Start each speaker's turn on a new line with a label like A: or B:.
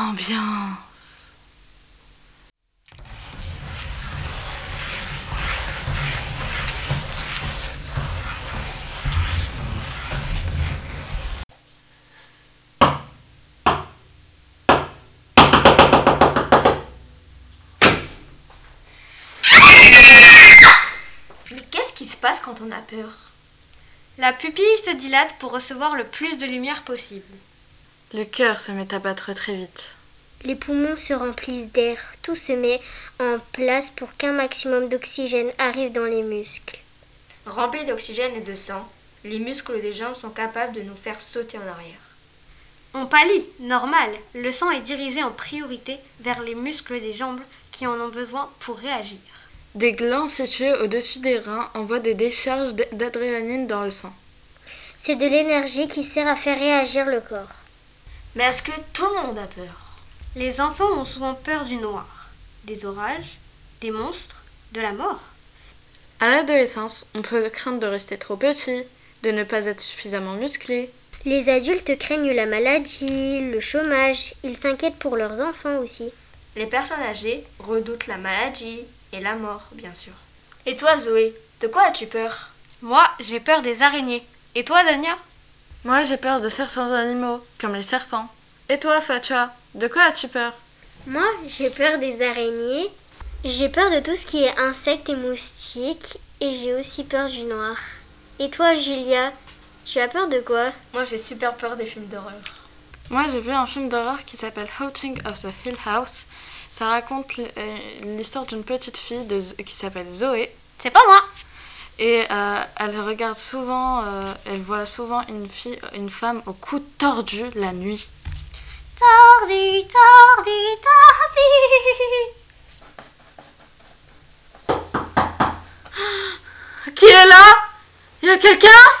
A: Ambiance.
B: Mais qu'est-ce qui se passe quand on a peur
C: La pupille se dilate pour recevoir le plus de lumière possible.
A: Le cœur se met à battre très vite.
D: Les poumons se remplissent d'air, tout se met en place pour qu'un maximum d'oxygène arrive dans les muscles.
E: Remplis d'oxygène et de sang, les muscles des jambes sont capables de nous faire sauter en arrière.
C: On pâlit, normal. Le sang est dirigé en priorité vers les muscles des jambes qui en ont besoin pour réagir.
A: Des glands situés au-dessus des reins envoient des décharges d- d'adrénaline dans le sang.
D: C'est de l'énergie qui sert à faire réagir le corps.
E: Mais est-ce que tout le monde a peur
C: Les enfants ont souvent peur du noir, des orages, des monstres, de la mort.
A: À l'adolescence, on peut craindre de rester trop petit, de ne pas être suffisamment musclé.
D: Les adultes craignent la maladie, le chômage, ils s'inquiètent pour leurs enfants aussi.
E: Les personnes âgées redoutent la maladie et la mort, bien sûr. Et toi, Zoé, de quoi as-tu peur
C: Moi, j'ai peur des araignées. Et toi, Dania
A: Moi, j'ai peur de certains animaux, comme les serpents. Et toi, Facha, de quoi as-tu peur
D: Moi, j'ai peur des araignées. J'ai peur de tout ce qui est insectes et moustiques. Et j'ai aussi peur du noir. Et toi, Julia, tu as peur de quoi
E: Moi, j'ai super peur des films d'horreur.
A: Moi, j'ai vu un film d'horreur qui s'appelle Haunting of the Hill House. Ça raconte l- euh, l'histoire d'une petite fille de Z- qui s'appelle Zoé.
C: C'est pas moi
A: Et euh, elle regarde souvent, euh, elle voit souvent une, fille, une femme au cou tordu la nuit.
C: Tordu, tordu, tordu
A: Qui est là Il y a quelqu'un